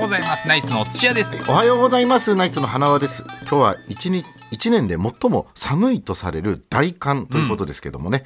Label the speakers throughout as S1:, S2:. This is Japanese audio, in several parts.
S1: ございますナイツの土屋です
S2: おはようございますナイツの花輪です今日は一日一年で最も寒いとされる大寒ということですけどもね、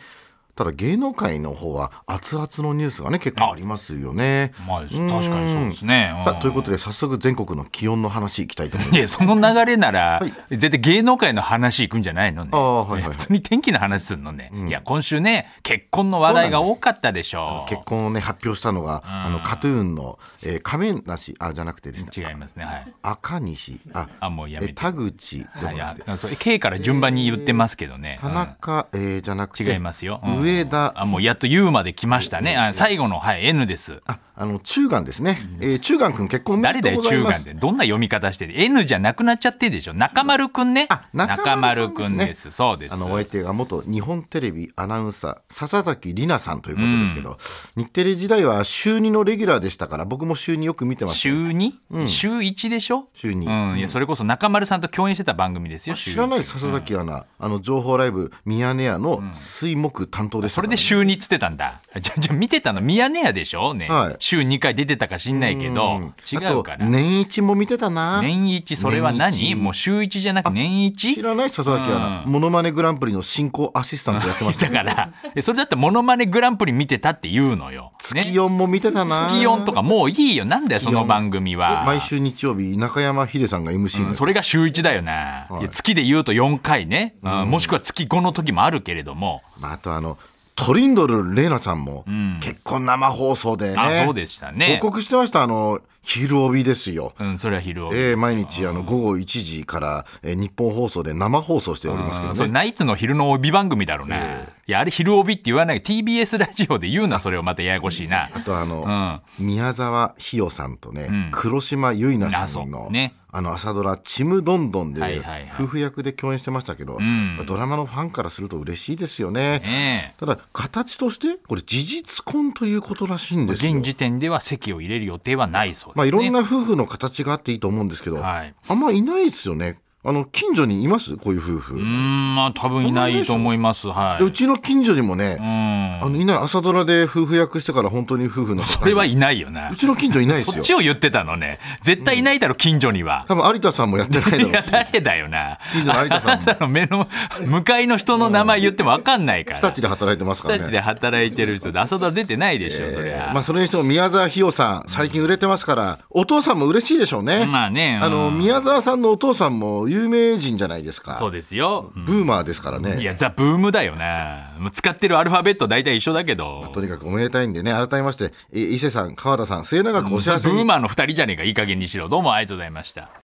S2: ただ芸能界の方は熱々のニュースがね結構ありますよね
S1: まあ確かにそうですね
S2: さあということで早速全国の気温の話いきたいと思います
S1: いやその流れなら、
S2: はい
S1: 絶対芸能界の話行くんじゃないのね、
S2: ああはいはいはい
S1: 普通に天気の話するのね、いや今週ね結婚の話題が多かったでしょう
S2: 結婚をね発表したのが、あのカトゥーンの、えー、亀梨あじゃなくてですね
S1: 違いますねはい
S2: 赤西あ
S1: あもうやめて
S2: え田口で
S1: は
S2: も
S1: い
S2: な
S1: あ
S2: くて、
S1: そう K から順番に言ってますけどね、
S2: 田中、えーじゃなくて
S1: うん違いますよ、うん
S2: 上田
S1: あもうやっと U まで来ましたね、あ最後のはい N です
S2: ああの中眼ですね、えー、中眼くん結婚おめ
S1: 誰
S2: で
S1: だ
S2: とう
S1: よ
S2: ご
S1: 中眼っ
S2: ざいます
S1: てどんな読み方してる N じゃなくなっちゃってるでしょ中丸くんね
S2: あ中丸
S1: 中
S2: さ
S1: 丸くん
S2: んですね
S1: ですそうです
S2: あのお相手が元日本テレビアナウンサー笹崎里奈さんということですけど、日テレ時代は週2のレギュラーでしたから僕も週2よく見てました
S1: 週 2?、週1でしょ
S2: 週二
S1: うん、いやそれこそ中丸さんと共演してた番組ですよ週
S2: 知らない笹崎アナ、あの情報ライブミヤネ屋の水木担当でし
S1: そ
S2: た
S1: れ
S2: か
S1: で
S2: らね、
S1: 週2つってたんだじゃじゃ見てたのミヤネ屋でしょね、
S2: はい
S1: 週2回出てたか知んないけど違
S2: うん
S1: うか
S2: あと
S1: ら、
S2: 年一も見てたな
S1: 年一それは
S2: 年
S1: 何
S2: 一
S1: もう週1じゃなく年
S2: 知
S1: 1?
S2: らない笹崎アナ、モノマネグランプリの進行アシスタントやってました
S1: だからえそれだってモノマネグランプリ見てたって言うのよ、ね
S2: 月4も見てたな
S1: 月4とかもういいよなんだよ
S2: 月
S1: そ
S2: 四
S1: の番組は
S2: 毎週日曜日中山秀さんが MC の、
S1: うんそれが週1だよな、いや月で言うと4回ね、うんもしくは月5の時もあるけれども、
S2: まあ、あとあのトリンドル玲奈さんも結婚生放送でね、
S1: あそうでしたね
S2: 報告してましたあの昼帯ですよ
S1: うん、それは昼帯
S2: えー毎日あの午後1時から、えー日本放送で生放送しておりますけ
S1: うん
S2: ど
S1: それ
S2: ね、
S1: ナイツの昼の帯番組だろうな、いやあれ昼帯って言わない TBS ラジオで言うなそれをまたややこしい な
S2: あとあの、
S1: うん
S2: 宮沢ひよさんとね、黒島結菜
S1: あ
S2: さ
S1: そ
S2: んの
S1: うね
S2: あの朝ドラ「ちむどんどん」
S1: はい
S2: で
S1: はいはい
S2: 夫婦役で共演してましたけど、
S1: ん
S2: ドラマのファンからすると嬉しいですよね。
S1: ねえ
S2: ただ形としてこれ事実婚ということらしいんですよ。
S1: 現時点では席を入れる予定はないそうです、ね
S2: まあ、いろんな夫婦の形があっていいと思うんですけど、
S1: はい
S2: あんまいないですよね。あの近所にいますこういう夫婦。
S1: うーんまあ多分いないと思いますは
S2: で
S1: いう
S2: ちの近所にもね、
S1: ん
S2: あのいない朝ドラで夫婦役してから本当に夫婦の
S1: それはいないよな
S2: うちの近所いないです
S1: そっ
S2: よ。
S1: ちを言ってたのね絶対いないだろ近所には、
S2: 多分有田さんもやってないだろう
S1: いや誰だよな
S2: 近所の有田さん
S1: あなたの目の向かいの人の名前言っても分かんないから
S2: 日立で働いてますか
S1: 日
S2: ら
S1: 立
S2: ね。
S1: で働いてる人で朝ドラ出てないでしょ、そり
S2: え
S1: ゃ
S2: ーまあそれにしても宮沢ひよさん最近売れてますから、お父さんも嬉しいでしょうね。
S1: まあねうん
S2: あの宮沢さんのお父さんも有名人じゃないですか。
S1: そうですよ、うん
S2: ブーマーですから ね。
S1: いやザ・ブームだよなもう使ってるアルファベット大体一緒だけど
S2: とにかくおめでたいんでね、改めまして、え伊勢さん、川田さん、末永くお
S1: ブ
S2: 幸せに
S1: ー。マーの二人じゃねえかいい加減にしろどうもありがとうございました